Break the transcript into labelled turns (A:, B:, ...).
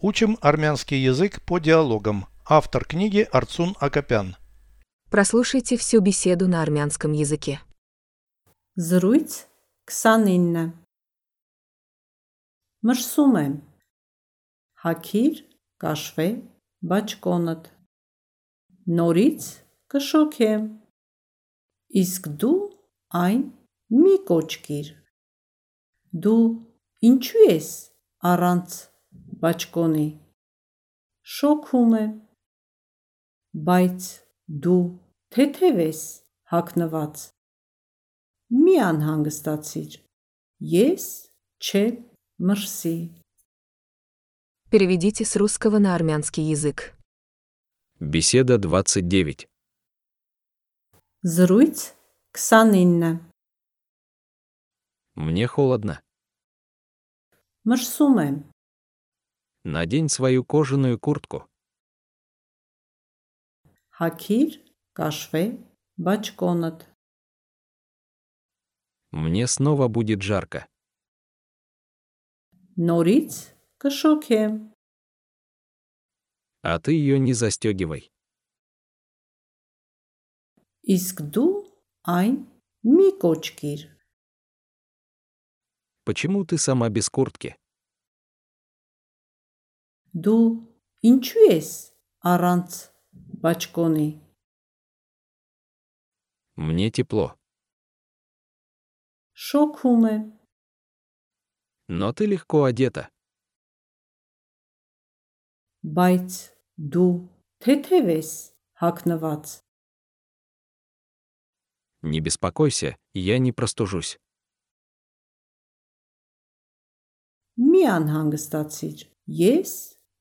A: Учим армянский язык по диалогам. Автор книги Арцун Акопян.
B: Прослушайте всю беседу на армянском языке.
C: Զրույց 29 Մրսում եմ Հակիր կաշվե բաճկոնդ Նորից կշոքեմ Իսկ դու այն մի կոչկիր Դու ինչու ես առանց բաճկոնի Շոքում եմ Բայց դու թեթև ես հակնված մի անհանգստացիր։ Ես չեմ մրսի։
B: Переведите с русского на армянский язык.
D: Беседа 29.
C: Զրույց 29։
D: Мне холодно.
C: Մրսում եմ։
D: Надень свою кожаную куртку.
C: Հակիր կաշվե բաճկոնդ։
D: Мне снова будет жарко.
C: Նորից կշոքեմ։
D: А ты ее не застегивай.
C: Իսկ դու այն մի կոչկիր։
D: Почему ты сама без куртки?
C: Դու ինչու ես առանց բաճկոնի։
D: Мне тепло.
C: Շոքում եմ։
D: Но ты легко одета.
C: Բայց դու թեթև ես հակնված։
D: Не беспокойся, я не простужусь.
C: Մի անհանգստացիր։ Ես